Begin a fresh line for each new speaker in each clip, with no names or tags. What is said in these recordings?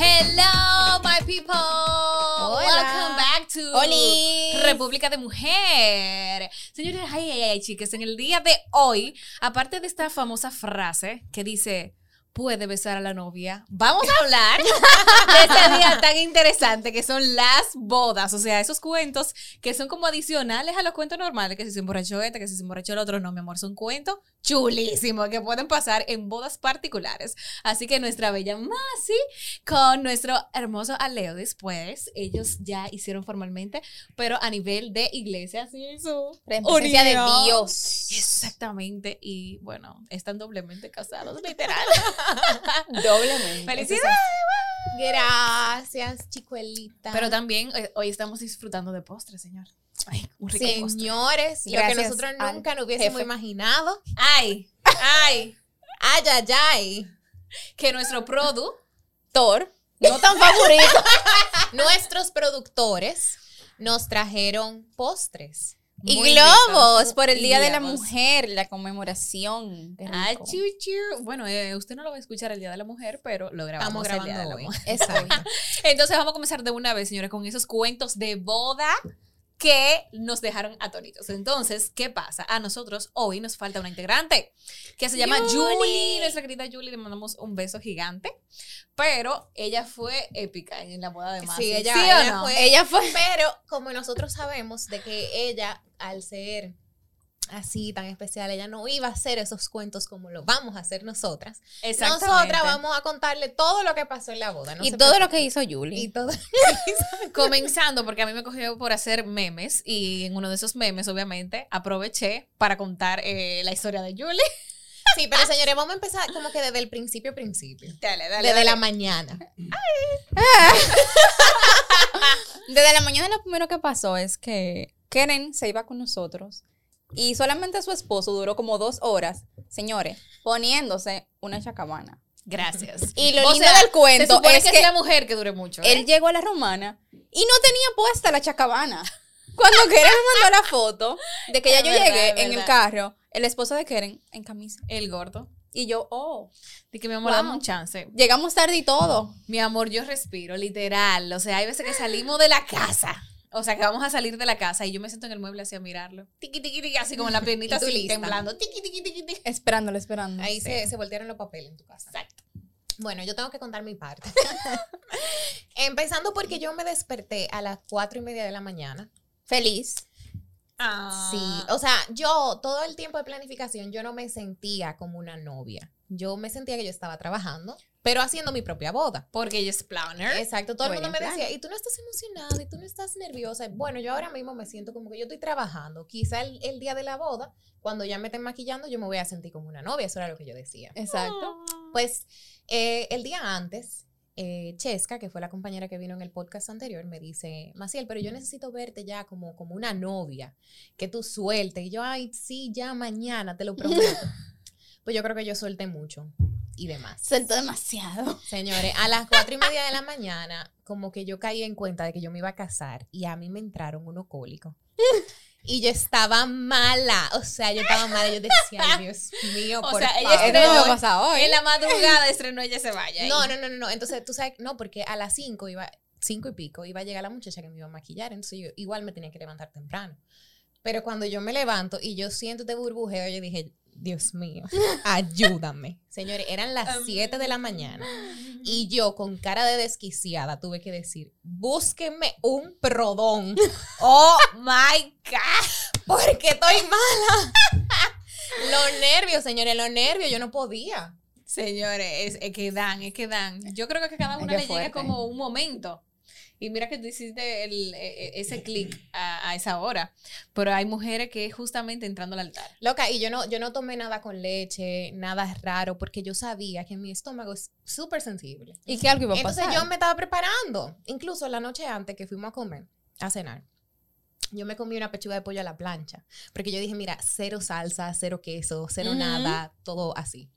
Hello, my people. Welcome back to
Olis.
República de Mujer. Señores, ay, ay, ay, chicas, en el día de hoy, aparte de esta famosa frase que dice puede besar a la novia. Vamos a hablar de ese día tan interesante que son las bodas, o sea, esos cuentos que son como adicionales a los cuentos normales, que si se emborrachó este, que si se emborrachó el otro, no, mi amor, son cuentos chulísimos que pueden pasar en bodas particulares. Así que nuestra bella Masi con nuestro hermoso Aleo después, ellos ya hicieron formalmente, pero a nivel de iglesia, así es su
Pero en presencia de
unión.
Dios.
Exactamente, y bueno, están doblemente casados, literal.
Doblemente.
¡Felicidades!
Gracias, chicuelita.
Pero también eh, hoy estamos disfrutando de postre, señor. Ay, un rico postre.
Señores, lo que
Gracias
nosotros
al
nunca nos hubiésemos
jefe.
imaginado.
Ay, ay,
Ay, ay, ay.
que nuestro productor,
No tan favorito. Nuestros productores nos trajeron postres. y
Muy
globos
ricos.
por el
Y
Día de la
globos.
Mujer, la conmemoración. Qué rico.
Ah, chiu, chiu. bueno, eh, usted no lo va a escuchar el Día de la Mujer, pero lo grabamos
Estamos
el Día de
grabando
la
hoy.
Mujer.
Exacto.
Entonces vamos a comenzar de una vez, señores, con esos cuentos de boda que nos dejaron atónitos. Entonces, ¿qué pasa? A nosotros hoy nos falta una integrante que se llama
Yuli.
Julie. Nuestra querida Julie, le mandamos un beso gigante. Pero ella fue épica en la boda de Masi.
Sí, ella,
¿Sí o
ella
no?
fue, Pero como nosotros sabemos de que ella, al ser así tan especial, ella no iba a hacer esos cuentos como lo vamos a hacer nosotras.
Exactamente.
Nosotras vamos a contarle todo lo que pasó en la boda. no
y
se
todo lo
preocupen.
que hizo Julie.
Y todo.
Comenzando, porque a mí me cogió por hacer memes y en uno de esos memes, obviamente, aproveché para contar eh, la historia de Julie.
Sí, pero señores, vamos a empezar como que desde el principio, principio.
Dale,
Desde la mañana.
Desde la mañana lo primero que pasó es que Keren se iba con nosotros y solamente su esposo duró como dos horas, señores, poniéndose una chacabana.
Gracias.
Y lo
O
lindo
sea,
del
se
cuento
supone
es
que,
que,
es la mujer que dure mucho. ¿eh?
él llegó a la romana y no tenía puesta la chacabana. Cuando Keren me mandó la foto de que ya
Es
yo
verdad,
llegué
es
en el
verdad.
carro, el esposo de Keren en camisa.
El gordo.
Y yo, oh,
De que mi amor,
Wow.
dame un chance.
llegamos tarde y todo.
Mi amor, yo respiro, literal. O sea, hay veces que salimos de la casa. O sea, que vamos a salir de la casa y yo me siento en el mueble así a mirarlo. Tiqui, tiqui, tiqui, así como la piernita
Y tú
así
lista.
temblando. Tiqui, tiqui, tiqui, tiqui.
Esperándolo, esperando.
Ahí se, se voltearon los papeles en tu casa.
Exacto.
Bueno, yo tengo que contar mi parte. Empezando porque yo me desperté a las cuatro y media de la mañana.
Feliz.
Ah,
Sí, o sea, yo todo el tiempo de planificación yo no me sentía como una novia. Yo me sentía que yo estaba trabajando, pero haciendo mi propia boda.
Porque ella es planner.
Exacto, todo el
Buen
mundo me
plan.
decía, y tú no estás emocionada, y tú no estás nerviosa. Bueno, yo ahora mismo me siento como que yo estoy trabajando. Quizá el, el día de la boda, cuando ya me estén maquillando, yo me voy a sentir como una novia. Eso era lo que yo decía.
Exacto.
Pues eh, el día antes, eh, Chesca, que fue la compañera que vino en el podcast anterior, me dice, Maciel, pero yo necesito verte ya como, como una novia, que tú sueltes. Y yo, ay, sí, ya mañana, te lo prometo. pues yo creo que yo solté mucho y demás.
Suelto demasiado.
Señores, a las cuatro y media de la mañana, como que yo caí en cuenta de que yo me iba a casar y a mí me entraron unos cólicos. Y yo estaba mala, o sea, yo estaba mala, yo decía, "Ay, Dios mío,
O
por
sea, ella
favor".
estrenó-
Eso me pasa hoy.
En la madrugada estrenó ella se vaya.
No, no, no, no, no, entonces tú sabes, no, porque a las cinco iba, cinco y pico, iba a llegar la muchacha que me iba a maquillar, entonces yo igual me tenía que levantar temprano. Pero cuando yo me levanto y yo siento este burbujeo, yo dije, Dios mío, ayúdame. Señores, eran las 7 de la mañana y yo con cara de desquiciada tuve que decir, búsquenme un prodón. Oh my God, porque estoy mala. Los nervios, señores, los nervios, yo no podía.
Señores, es, es que dan, es que dan. Yo creo que a cada una
que
le llega
fuerte.
como un momento. Y mira que tú hiciste el- e- e- ese clic a, a esa hora. Pero hay mujeres que es justamente entrando al altar.
Loca, y yo no, yo no tomé nada con leche, nada raro, porque yo sabía que mi estómago es súper sensible.
Y que algo iba a
Entonces
pasar.
yo me estaba preparando. Incluso la noche antes que fuimos a comer, a cenar, yo me comí una pechuga de pollo a la plancha. Porque yo dije, mira, cero salsa, cero queso, cero
Ujú.
nada, todo así.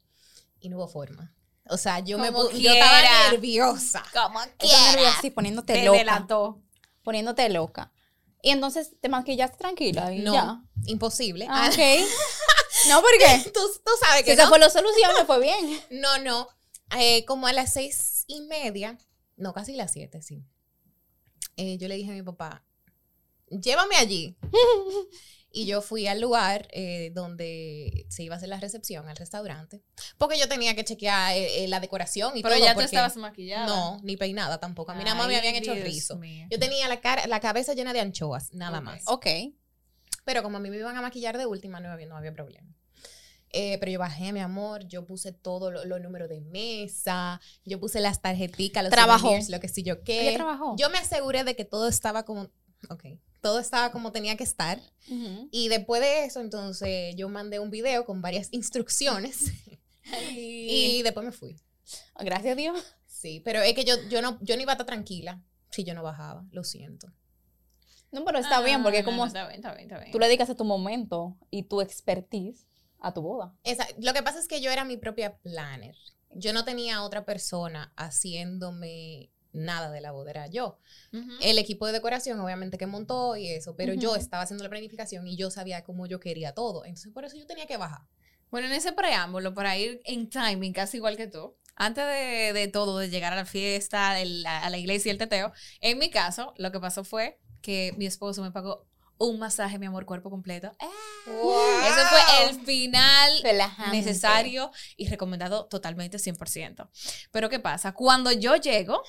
Y no hubo forma. O sea, yo me
Como
pu- yo estaba
quiera.
nerviosa.
Como
Eso me olvidó así, poniéndote
Te
loca.
delató.
Poniéndote loca. Y entonces te maquillaste tranquila y
No,
ya.
imposible.
Ah,
Ah,
ok. No, porque
tú, tú sabes
si
que
esa
no.
fue la solución, me fue bien.
No, no. Eh, como a las seis y media, no, casi las siete, sí. Eh, yo le dije a mi papá, llévame allí. Y yo fui al lugar eh, donde se iba a hacer la recepción, al restaurante, porque yo tenía que chequear eh, eh, la decoración y
Pero
todo.
ya tú
porque-
estabas maquillada.
No, ni peinada tampoco. A mí nada más me
Ay,
habían hecho
Dios
rizo.
mío.
Yo tenía la, cara, la cabeza llena de anchoas, nada
Ok.
más.
Ok.
Pero como a mí me iban a maquillar de última, no había, no había problema. Eh, pero yo bajé, mi amor, yo puse todos los números de mesa, yo puse las tarjeticas, los
Trabajó.
souvenirs, lo que sí yo qué.
Ella trabajó.
Yo me aseguré de que todo estaba como, ok, todo estaba como tenía que estar.
Ujú.
Y después de eso, entonces, yo mandé un video con varias instrucciones
Y,
y después me fui.
Gracias a Dios.
Sí, pero es que yo, yo, no, yo no iba a estar tranquila si yo no bajaba, lo siento.
No, pero está
Ah,
bien, porque
no,
como
no, está bien, está bien, está bien.
tú le dedicas a tu momento y tu expertise a tu boda.
Esa- lo que pasa es que yo era mi propia planner. Yo no tenía a otra persona haciéndome nada de la boda, era yo.
Ujú.
El equipo de decoración, obviamente, que montó y eso, pero yo
Ujú.
estaba haciendo la planificación y yo sabía cómo yo quería todo. Entonces, por eso yo tenía que bajar.
Bueno, en ese preámbulo, para ir en timing, casi igual que tú, antes de, de todo, de llegar a la fiesta, del- a la iglesia y el teteo, en mi caso, lo que pasó fue que mi esposo me pagó un masaje, mi amor, cuerpo completo. ¡Ah! Eso fue el final
Relajante.
necesario y recomendado totalmente 100%. Pero ¿qué pasa? Cuando yo llego,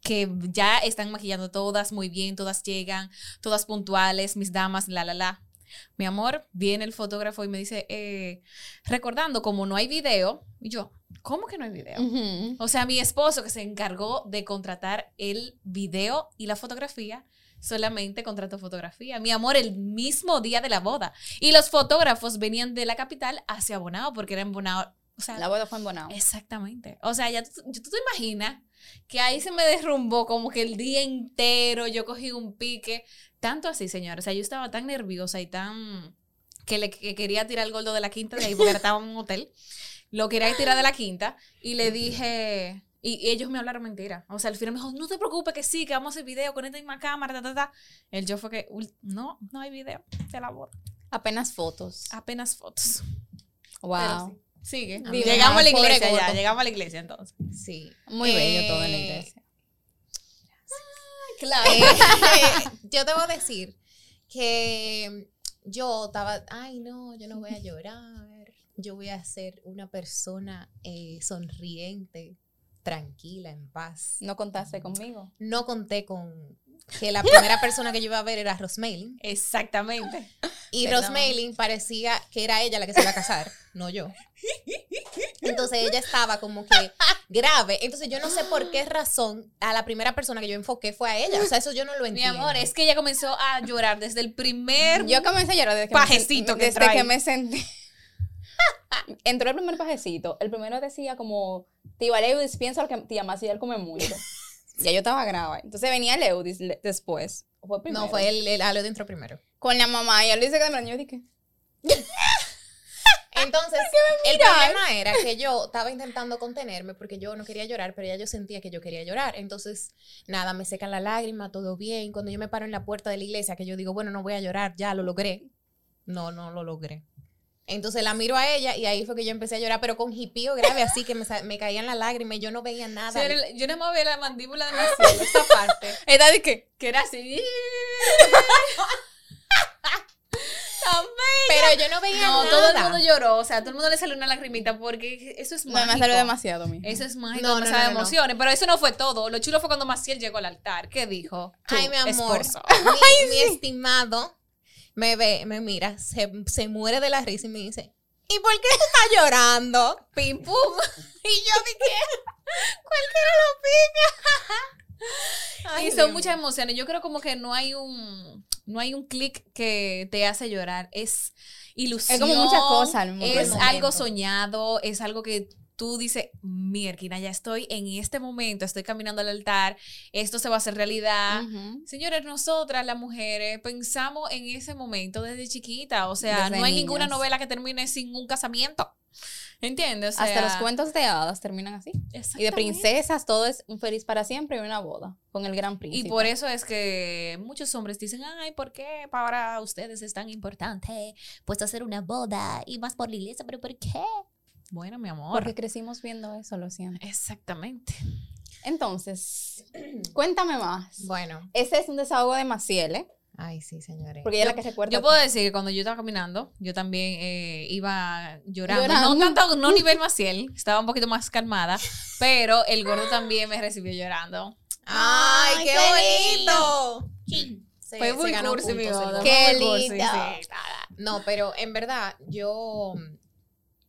que ya están maquillando todas muy bien, todas llegan, todas puntuales, mis damas, la, la, la. Mi amor, viene el fotógrafo y me dice, eh, recordando, como no hay video, y yo, ¿cómo que no hay video?
Ujú.
O sea, mi esposo que se encargó de contratar el video y la fotografía, solamente contrató fotografía. Mi amor, el mismo día de la boda. Y los fotógrafos venían de la capital hacia Bonao, porque era en Bonao. O sea,
La boda fue en Bonao.
exactamente. O sea, ya tú, tú te imaginas que ahí se me derrumbó como que el día entero, yo cogí un pique. Tanto así, señor. O sea, yo estaba tan nerviosa y tan... Que, le, que quería tirar el gordo de la quinta de ahí porque estaba en un hotel. Lo quería tirar de la quinta y le dije... Y ellos me hablaron mentira. O sea, al final me dijo, no te preocupes que sí, que vamos a hacer video con esta misma cámara, ta, ta, ta. El yo fue que, "Uy, no, no hay video de la boda.
Apenas fotos.
Apenas fotos.
wow.
Ah, Pero sí. Sigue.
Dime,
llegamos a la
ay, pobre
iglesia ya,
gordo.
llegamos a la iglesia entonces.
Sí.
Muy
Eh,
bello todo en la iglesia.
Claro.
eh, yo debo decir que yo estaba, ay no, yo no voy a llorar, yo voy a ser una persona eh, sonriente, tranquila, en paz.
No contaste conmigo.
No conté con que la primera persona que yo iba a ver era Rosmailin.
Exactamente.
Y
Perdón.
Rosmailin parecía que era ella la que se iba a casar, no yo. Entonces ella estaba como que grave. Entonces yo no sé por qué razón a la primera persona que yo enfoqué fue a ella. O sea, eso yo no lo
Mi
entiendo.
amor, es que ella comenzó a llorar desde el primer.
Yo comencé a llorar desde que,
Pajecito
me,
que
desde
trae.
que me senté. Entró el primer pajecito. El primero decía como, tío Leudis, piensa lo que tía más y él come mucho. ya yo estaba grave. Entonces venía Leudis le- después. ¿O Fue primero.
No, fue el, el, el dentro primero.
Ah,
Con la mamá y él dice que de yo dije,
Entonces, el problema era que yo estaba intentando contenerme porque yo no quería llorar, pero ya yo sentía que yo quería llorar. Entonces, nada, me secan la lágrima, todo bien. Cuando yo me paro en la puerta de la iglesia, que yo digo, bueno, no voy a llorar, ya lo logré. No, no lo logré. Entonces la miro a ella y ahí fue que yo empecé a llorar, pero con jipío grave, así que me, sa- me caían las lágrimas y yo no veía nada.
Señores, yo no me veía la mandíbula demasiado esta parte.
Era de que.
Que era así.
pero yo no veía
No,
nada.
todo el mundo lloró. O sea, a todo el mundo le salió una lagrimita porque eso es
No,
mágico. Eh,
me salió demasiado, mi.
Eso es mágico,
No,
no,
no,
sabe
no, no, no.
emociones. Pero eso no fue todo. Lo chulo fue cuando Maciel llegó al altar. ¿Qué dijo?
Ay,
Tu
mi amor.
esposo.
Mi, mi estimado me ve, me mira, se, se muere de la risa y me dice, ¿y por qué tú estás llorando? Pim pum. Y yo dije, cualquiera lo pica.
y son muchas emociones. Yo creo como que no hay un no hay un clic que te hace llorar. Es ilusión.
Es como muchas cosas al mismo
Es
momento.
algo soñado, es algo que tú dices, mierda, ya estoy en este momento, estoy caminando al altar, esto se va a hacer realidad.
Ujú.
Señores, nosotras las mujeres pensamos en ese momento desde chiquita, o sea,
Desde
no hay
niñas.
ninguna novela que termine sin un casamiento. ¿Entiendes? O sea,
Hasta los cuentos de hadas terminan así. Y de
Exactamente.
princesas, todo es un feliz para siempre y una boda con el gran príncipe.
Y por eso es que muchos hombres dicen, ay, ¿por qué para ustedes es tan importante? Pues hacer una boda y más por la iglesia, pero ¿por qué? Bueno, mi amor.
Porque crecimos viendo eso, lo siento.
Exactamente.
Entonces, cuéntame más.
Bueno,
Ese es un desahogo de Maciel, ¿eh?
ay, sí, señores.
Porque ella es la que recuerda.
Yo puedo decir que cuando yo estaba caminando, yo también eh, iba llorando.
Llorando.
No tanto, no nivel Maciel, estaba un poquito más calmada, pero el gordo también me recibió llorando.
Ay,
Ay,
qué,
qué
bonito. Se-
Fue muy
se ganó
cursi, mi
puntos, se
gordo,
ganó.
fue muy
Qué
cursi,
lindo.
sí, nada.
No, pero en verdad, yo,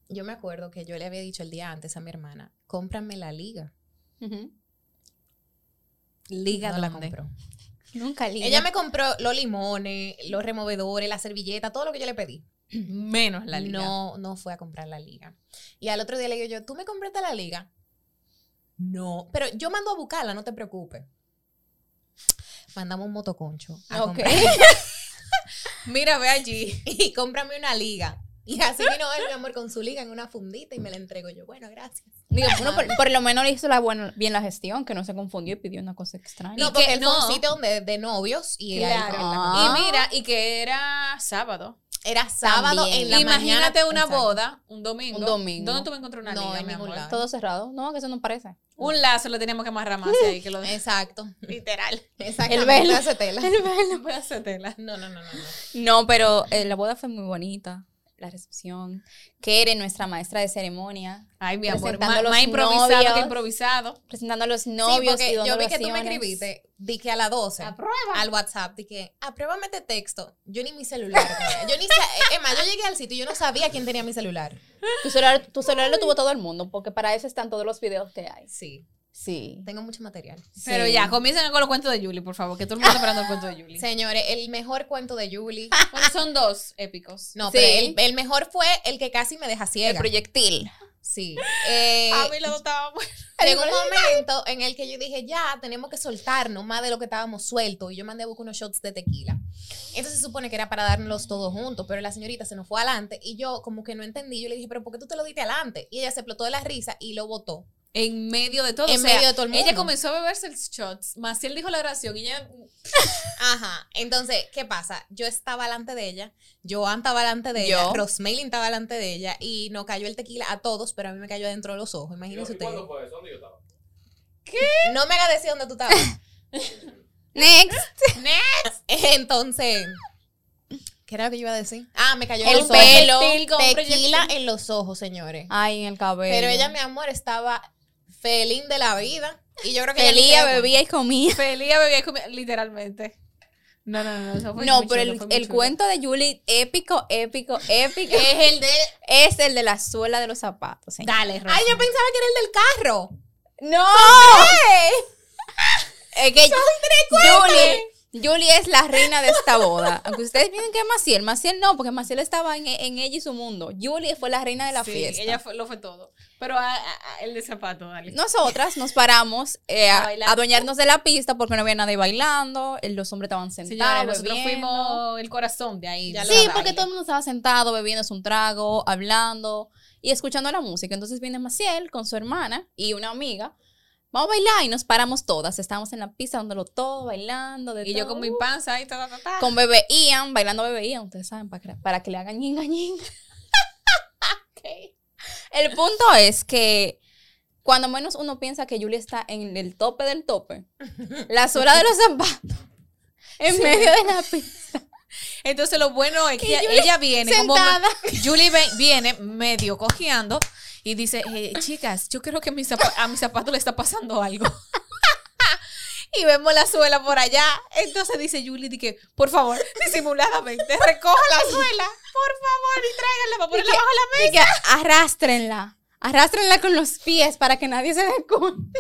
yo me acuerdo que yo le había dicho el día antes a mi hermana, cómprame la liga.
Ujú.
Liga
no la
dónde?
compró.
Nunca liga.
Ella me compró los limones, los removedores, la servilleta, todo lo que yo le pedí.
Menos la liga.
No, no fue a comprar la liga. Y al otro día le digo yo, ¿tú me compraste la liga? No. Pero yo mando a buscarla, no te preocupes. Mandamos un motoconcho. A
Ok.
comprar-
Mira, ve allí.
y cómprame una liga. Y así vino él, mi amor, con su liga en una fundita y me la entrego yo. Bueno, gracias.
Digo, bueno, por, por lo menos le hizo la buena- bien la gestión, que no se confundió y pidió una cosa extraña.
No,
que
porque él fue a
no.
un sitio donde, de novios y ahí
Claro.
fue que la-
Ah.
Y mira, y que era Ah, sábado.
era sábado
También.
en la mañana.
Imagínate una
Exacto.
boda, un domingo.
Un domingo.
¿Dónde tú vas a encontrar una
No,
liga,
en
mi
ningún
amor?
lado.
Todo cerrado. No, que eso no parece.
Un lazo lo teníamos que amarrar más ahí que lo
Exacto.
literal.
Exactamente.
velo.
hace tela.
No puede hacer tela.
No, no, no, no. no.
No, pero eh, la boda fue muy bonita. La recepción. Keren, nuestra maestra de ceremonia,
Ay, mi amor,
Presentando
más,
los
más improvisado
novios.
que improvisado.
presentando a los
Sí,
novios
porque
y dando
yo vi que tú me
oraciones.
escribiste, di que a las 12, al WhatsApp, di que, apruébame este texto. Yo ni mi celular. tenía. yo ni sa- Emma, yo llegué al sitio y yo no sabía quién tenía mi celular.
Tu celular, tu celular lo tuvo todo el mundo, porque para eso están todos los videos que hay.
Sí.
Sí.
Tengo mucho material.
Pero ya, comiencen con los cuentos de Julie, por favor, que todo el mundo está esperando el cuento de Julie.
Señores, el mejor cuento de Julie.
Bueno, son dos épicos.
No,
Sí.
pero el, el mejor fue el que casi me deja
El
ciega.
proyectil.
Sí. Eh,
A mí los dos estábamos-
Llegó un momento en el que yo dije, ya, tenemos que soltarnos más de lo que estábamos sueltos. Y yo mandé a buscar unos shots de tequila. Entonces se supone que era para dárnoslos todos juntos, pero la señorita se nos fue adelante y yo como que no entendí. Yo le dije, pero ¿por qué tú te lo diste adelante? Y ella se explotó de la risa y lo botó.
En medio de todo.
En
o sea,
medio de todo el
Ella
mundo.
comenzó a beberse el shots. Maciel dijo la oración y ella.
Ajá. Entonces, ¿qué pasa? Yo estaba delante de ella, Joan estaba delante de
Yo.
ella, Rosmailin estaba delante de ella y nos cayó el tequila a todos, pero a mí me cayó adentro de los ojos. Imagínense ustedes.
¿Cuándo fue eso? ¿Dónde yo estaba?
No me hagas decir dónde tú estabas.
Next.
Entonces, ¿qué era lo que yo iba a decir? Ah, me cayó en
El
los ojos.
pelo,
Tequila
tequila.
en los ojos, señores.
Ay, en el cabello.
Pero ella, mi amor, estaba feliz de la vida. Y yo creo que ella ni se
Feliz,
dio cuenta.
bebía y comía.
Feliz bebé, literalmente. No, no, no. eso fue
No,
muy
pero
chulo,
el,
fue muy
el
chulo.
cuento de Julie, épico, épico, épico. es el de. Es el de la suela de los zapatos. señor.
Dale, Ros.
Ay, yo pensaba que era el del carro.
¡No! es que Julie, Julie es la reina de esta boda. Aunque ustedes piensen que es Maciel. Maciel no, porque Maciel estaba en, en ella y su mundo. Julie fue la reina de la
Sí,
fiesta.
ella fue- lo fue todo. Pero a- a- a- el de zapato, dale.
Nosotras nos paramos eh, a,
A bailar.
a adueñarnos de la pista porque no había nadie bailando. eh, Los hombres estaban sentados.
Señores, nosotros
bebiendo.
fuimos el corazón de ahí. ya lo
Sí,
saben.
porque todo el mundo estaba sentado bebiéndose un trago, hablando y escuchando la música. Entonces viene Maciel con su hermana y una amiga. Vamos a bailar y nos paramos todas. Estábamos en la pista dándolo todo, bailando. De
Y yo
todo.
con mi panza y ta, ta, ta, ta.
uh. Con bebé Ian, bailando bebé Ian, ustedes saben, para que, para que le hagan ñinga ñinga. Ok. El punto es que cuando menos uno piensa que Julia está en el tope del tope, la suela de los zapatos, en medio de la pista,
Entonces lo bueno es que
Y
ella,
Julie
ella viene como
sentada.
me- Julie ve- viene medio cojeando y dice, "Eh, chicas, yo creo que mis zapa- a mi zapato le está pasando algo. y vemos la suela por allá. Entonces dice Julie, di que, por favor, disimuladamente, recoja la suela, por favor, y tráiganla para ponerla
que-
bajo la mesa.
de que arrástrenla, arrástrenla con los pies para que nadie se dé cuenta.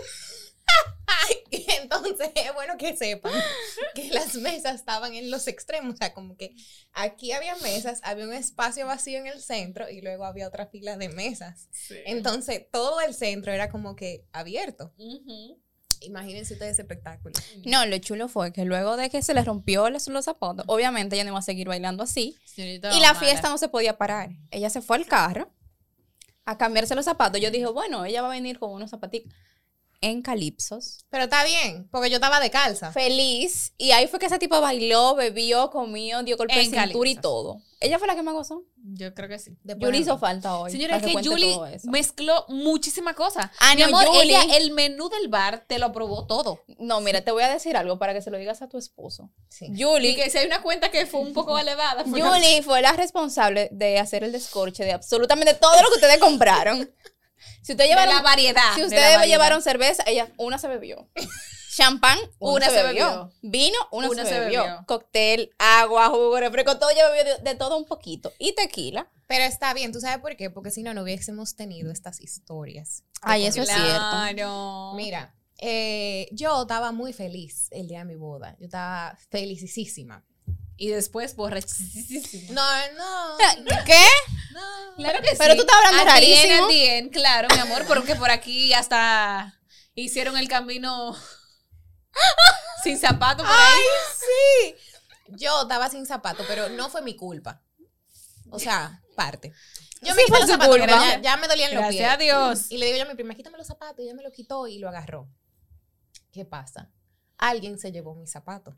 Y Entonces, es bueno que sepan que las mesas estaban en los extremos. O sea, como que aquí había mesas, había un espacio vacío en el centro y luego había otra fila de mesas. Entonces, todo el centro era como que abierto.
Ujú.
Imagínense ustedes ese espectáculo.
No, lo chulo fue que luego de que se les rompió los, los zapatos, obviamente ella no iba a seguir bailando así.
Señorita
Y la
mala.
fiesta no se podía parar. Ella se fue al carro a cambiarse los zapatos. Yo dije, bueno, ella va a venir con unos zapaticos en calipsos.
Pero está bien, porque yo estaba de calza.
Feliz. Y ahí fue que esa tipa bailó, bebió, comió, dio golpe de
En
cintura y
calipsos.
todo. Ella fue la que me gozó.
Yo creo que sí.
Julie hizo falta hoy.
Señores,
para
es que
cuente
Julie
todo eso.
mezcló muchísimas cosas.
Ah,
Mi
no,
amor,
Julie.
ella, el menú del bar te lo probó todo.
No, mira, te voy a decir algo para que se lo digas a tu esposo.
Sí.
Julie,
Y que si hay una cuenta que fue un poco elevada. fue una-
Julie fue la responsable de hacer el descorche de absolutamente todo lo que ustedes compraron. Si ustedes
De
llevaron
la variedad.
Si
de
ustedes
la variedad.
llevaron cerveza, ella una se bebió. Champán, una, se, bebió. Vino, una, se, bebió. Cóctel, agua, jugo, refresco, todo ella bebió de, de todo un poquito. Y tequila.
Pero está bien, ¿tú sabes por qué? Porque si no, no hubiésemos tenido estas historias.
Ay, eso es cierto.
Claro.
Mira, eh, yo estaba muy feliz el día de mi boda. Yo estaba felicísima.
Y después borrachísimo.
No, no,
¿Qué?
no.
Claro que
Pero
sí.
tú estás hablando
At the end,
rarísimo.
at the end, claro, mi amor, porque por aquí hasta hicieron el camino sin zapato por ahí.
Sí. Yo estaba sin zapato, pero no fue mi culpa. O sea, parte. Yo me quité
Sí, fue
los
su
zapatos, pero
culpa.
ya, ya me dolían los pies.
Gracias a Dios.
Y le digo yo a mi prima, quítame los zapatos. Y ella me lo quitó y lo agarró. ¿Qué pasa? Alguien se llevó mi zapato.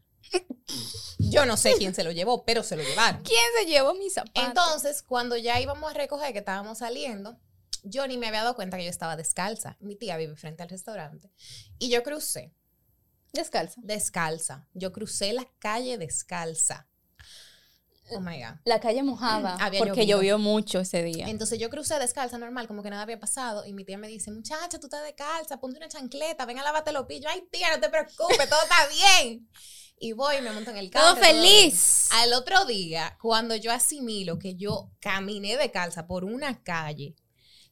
Yo no sé quién se lo llevó, pero se lo llevaron.
¿Quién se llevó mis zapatos?
Entonces, cuando ya íbamos a recoger, que estábamos saliendo, yo ni me había dado cuenta que yo estaba descalza. Mi tía vive frente al restaurante. Y yo crucé
Descalza.
descalza. Yo crucé la calle descalza. Oh my God.
La calle mojada.
Había
porque
llovido.
llovió mucho ese día.
Entonces yo crucé descalza normal, como que nada había pasado. Y mi tía me dice, muchacha, tú estás descalza, ponte una chancleta, ven a lavarte los pies. Yo, ay tía, no te preocupes, todo está bien. Y voy, me monto en el carro.
Todo
bien.
feliz.
Al otro día, cuando yo asimilo que yo caminé de calza por una calle,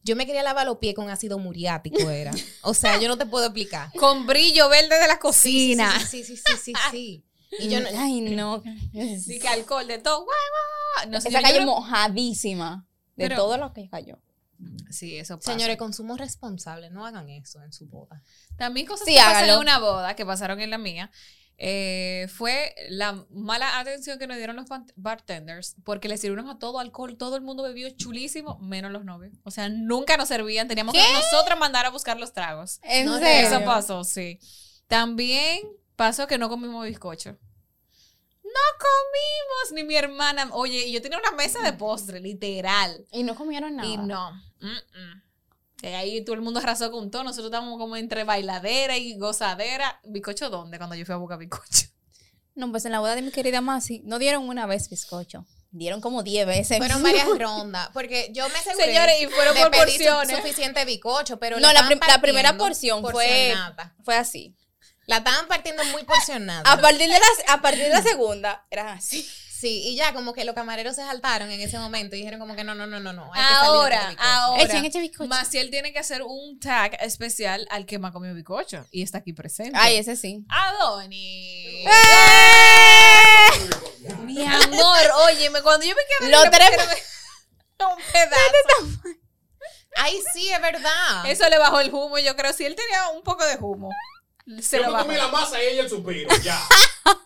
yo me quería lavar los pies con ácido muriático, era. O sea, yo no te puedo explicar.
Con brillo verde de la
Sí,
cocina. Mm.
Sí, sí, sí, sí, sí. sí, sí. Y yo no,
Mm, Ay, no.
Sí, que alcohol de todo. Guau, guau. No,
Esa
señor,
calle
yo no-
mojadísima. De
Pero-
todo lo que cayó.
Sí, eso pasa.
Señores, consumo responsable, no hagan eso en su boda.
También cosas
Sí,
que pasan
hágalo.
en una boda, que pasaron en la mía, eh, fue la mala atención que nos dieron los bart- bartenders, porque le sirvieron a todo alcohol, todo el mundo bebió chulísimo, menos los novios. O sea, nunca nos servían, teníamos que nosotras mandar a buscar los tragos.
En
No,
serio.
Eso pasó, sí. También pasó que no comimos bizcocho. No comimos, ni mi hermana. Oye, y yo tenía una mesa de postre, literal.
Y no comieron nada.
Y no. mm-mm. Y ahí todo el mundo arrasó con todo. Nosotros estábamos como entre bailadera y gozadera. ¿Bicocho dónde? Cuando yo fui a buscar bicocho.
No, pues en la boda de mi querida Masi, no dieron una vez bizcocho. Dieron como 10 veces.
Fueron varias rondas, porque yo me aseguré
Señores, y fueron
de
por
pedir su-
porciones.
suficiente bicocho, pero
No, la
estaban
prim- la primera
partiendo
porción fue-
porcionada.
Fue así.
La estaban partiendo muy porcionada.
A partir de la, a partir de la segunda, era así.
Sí, y ya como que los camareros se saltaron en ese momento y dijeron como que no, no, no, no, no. hay que salir de
Ahora,
este bicocho.
ahora.
Echen, echen bizcocho.
Maciel tiene que hacer un tag especial al que me ha comido bicocho. Y está aquí presente.
Ay, ese sí.
Adonis. Mi amor, óyeme, cuando yo me quedé
¡Eh! Lo
con la
tres-
pulsera de- un pedazo.
Ay, sí, es verdad.
Eso le bajó el humo, yo creo. Si él tenía un poco de humo, se
Yo
lo
me
bajó.
comí la masa y ella el suspiro. Ya.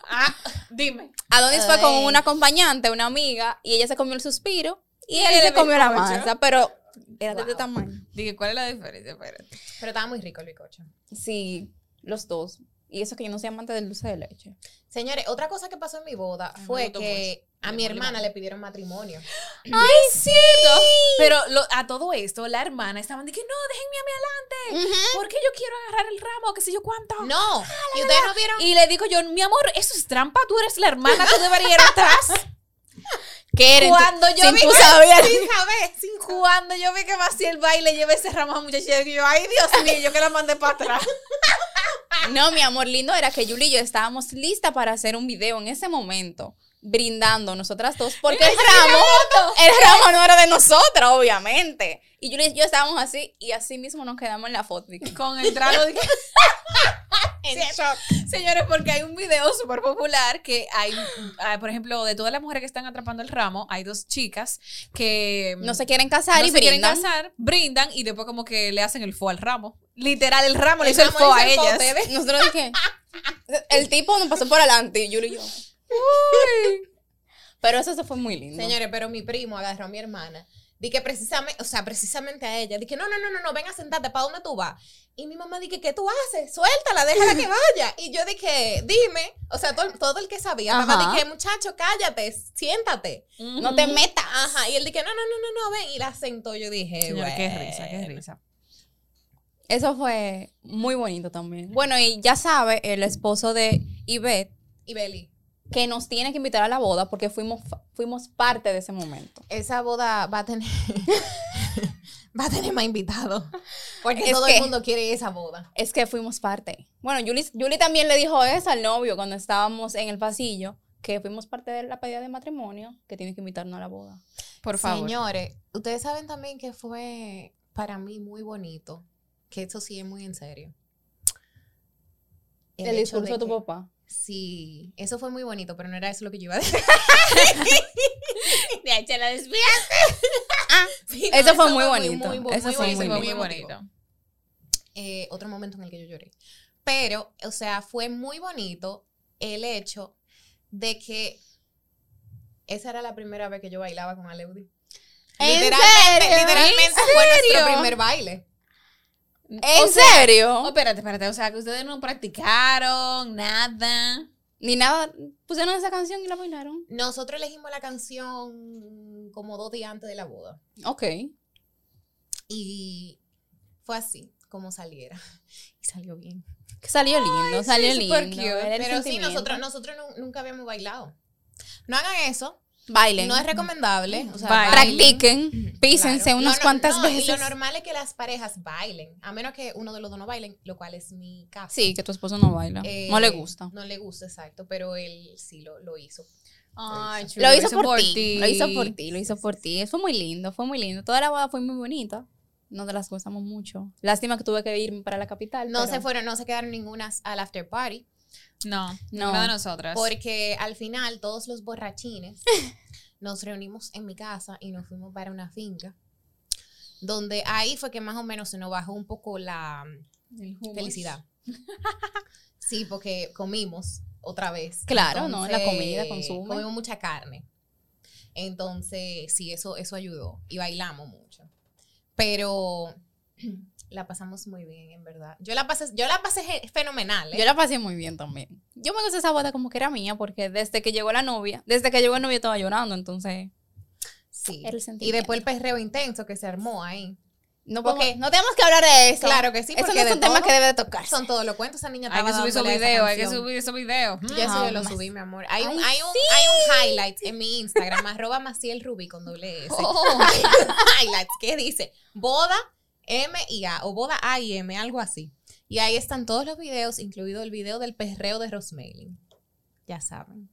Ah, dime.
Adonis fue con
Ay.
una acompañante, una amiga, y ella se comió el suspiro y
él
él se
el
comió la
bizcocho.
masa, pero era de este
Wow.
tamaño.
Dije, ¿cuál es la diferencia? Espérate.
Pero estaba muy rico el bicocho.
Sí, los dos. Y eso que yo no soy amante del dulce de leche.
Señores, otra cosa que pasó en mi boda
Ay, me
fue
gustó
que
mucho.
a mi
Limón,
hermana
limón.
le pidieron matrimonio.
¿Cierto? Pero lo- a todo esto, la hermana estaban diciendo, no, déjenme a mí adelante. Porque yo quiero agarrar el ramo, qué sé yo cuánto.
No, y ustedes no vieron.
Y le digo yo, mi amor, eso es trampa, tú eres la hermana, tú deberías ir atrás.
¿Qué
eres? Cuando yo
Sin
vi-
tú sabías.
Sin saber, sin cuando yo vi que me hacía el baile, llevé ese ramo a muchachos y yo, ay Dios mío, yo que la mandé para atrás.
No, mi amor, lindo era que Julie y yo estábamos listas para hacer un video en ese momento, brindando nosotras dos, porque el ramo, el ramo no era de nosotras, obviamente. Y Julie y yo estábamos así, y así mismo nos quedamos en la foto. Y que-
Con el trago de que- Sí, Señores, porque hay un video súper popular que hay, ah, por ejemplo, de todas las mujeres que están atrapando el ramo, hay dos chicas que mm,
No se quieren casar
no
y
se quieren
brindan.
casar, brindan y después como que le hacen el fo al ramo. Literal, el ramo le
El
hizo el
ramo
fo
hizo
a
el fo a
ellas.
ustedes.
Nosotros dije, el tipo nos pasó por adelante, y Julie y yo. Pero eso, se fue muy lindo.
Señores, pero mi primo agarró a mi hermana. Di que precisamente, o sea, precisamente a ella. Dije, no, no, no, no, no, ven a sentarte, ¿para dónde tú vas? Y mi mamá dije, ¿qué tú haces? Suéltala, déjala que vaya. Y yo dije, dime, o sea, todo, todo el que sabía.
Ajá.
Papá dije, muchacho, cállate, siéntate.
no te metas.
Ajá. Y él dije, no, no, no, no, no, ven. Y la sentó. Yo dije,
Señores, qué
bueno.
risa, qué risa.
Eso fue muy bonito también. Bueno, y ya sabe, el esposo de Ivette
Y Beli.
que nos tiene que invitar a la boda porque fuimos, fa- fuimos parte de ese momento.
esa boda va a tener va a tener más invitados porque
Es
todo
que-
el mundo quiere esa boda
Es que fuimos parte. Bueno, Julie, Julie también le dijo eso al novio cuando estábamos en el pasillo, que fuimos parte de la pedida de matrimonio, que tiene que invitarnos a la boda.
Por favor.
señores ustedes saben también que fue para mí muy bonito que esto sí es muy en serio
El,
hecho
discurso de tu
que-
papá.
sí eso fue muy bonito pero no era eso lo que yo iba a decir
De ahí se la desvía.
Sí, no,
Eso fue muy bonito.
muy bo-
Eso
muy
fue
Sí,
muy
sí, fue muy
emotivo.
bonito.
eh, otro momento en el que yo lloré. Pero, o sea, fue muy bonito el hecho de que esa era la primera vez que yo bailaba con Aleudi.
¿En
literalmente,
serio?
literalmente
¿En
fue
serio?
nuestro primer baile.
¿En
O sea,
serio?
oh, espérate, espérate. O sea, que ustedes no practicaron nada.
Ni nada. Pusieron esa canción y la bailaron.
Nosotros elegimos la canción como dos días antes de la boda.
Ok.
Y fue así, como saliera. Y salió bien.
Que Salió lindo, salió
sí,
lindo.
súper cute.
era el
Pero sí,
sentimiento.
nosotros, nosotros nu- nunca habíamos bailado. No hagan eso.
Bailen.
No es recomendable. O sea,
Bailen.
bailen.
Practiquen, písense
Claro.
unas
No, no,
cuantas
no, Y
veces.
lo normal es que las parejas bailen, a menos que uno de los dos no bailen, lo cual es mi caso.
Sí, que tu esposo no baila.
Eh,
no le gusta.
No le gusta, exacto, pero él sí lo, lo hizo.
Ay, chulo,
Lo hizo por ti. Lo hizo por ti, lo hizo por ti. Fue muy lindo, fue muy lindo. Toda la boda fue muy bonita. Nos las gozamos mucho. Lástima que tuve que irme para la capital.
No
pero-
se fueron, no se quedaron ningunas al after party,
No,
No.
no. Nada de nosotras.
porque al final todos los borrachines nos reunimos en mi casa y nos fuimos para una finca, donde ahí fue que más o menos se nos bajó un poco la um,
El hummus.
felicidad. Sí, porque comimos otra vez.
Claro, no, la comida consume.
Comimos mucha carne. Entonces, sí, eso, eso ayudó. Y bailamos mucho. Pero la pasamos muy bien, en verdad. Yo la pasé, yo la pasé ge- fenomenal, ¿eh?
Yo la pasé muy bien también. Yo me gocé esa boda como que era mía, porque desde que llegó la novia, desde que llegó el novio estaba llorando, entonces.
sí.
Era el
Y
sentimiento.
después el perreo intenso que se armó ahí.
No,
Porque-
podemos- no tenemos que hablar de eso.
Claro que sí,
Eso
porque
no es
de
un tema
todo-
que debe de tocarse.
Son todos los cuentos, esa niña
Hay
estaba
que subir su
dándole a esa
video, hay que
canción.
subir su video.
Yo eso yo lo
Jamás.
subí, mi amor. Hay
Ay,
un, hay un,
sí.
hay un highlight en mi Instagram, arroba Maciel Rubí con doble S.
Oh.
highlights que dice boda M y A o boda A y M, algo así. Y ahí están todos los videos, incluido el video del perreo de Rosmaling. Ya saben.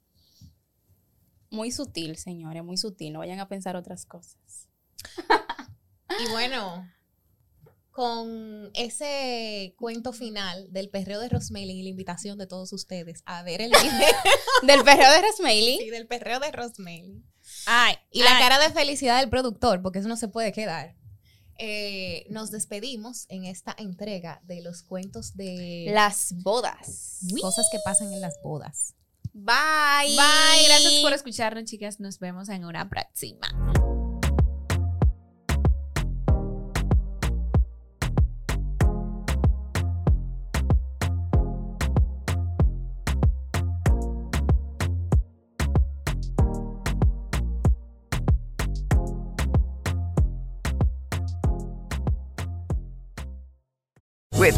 Muy sutil, señores, muy sutil. No vayan a pensar otras cosas.
Y bueno, con ese cuento final del perreo de Rosmelin y la invitación de todos ustedes a ver el video
Del perreo de Rasmeili.
y del perreo de Rosmelin.
Ay,
Y la cara de felicidad del productor, porque eso no se puede quedar. Eh, nos despedimos en esta entrega de los cuentos de
Las bodas.
cosas que pasan en las bodas.
Bye.
Bye. Gracias por escucharnos, chicas. Nos vemos en una próxima.
With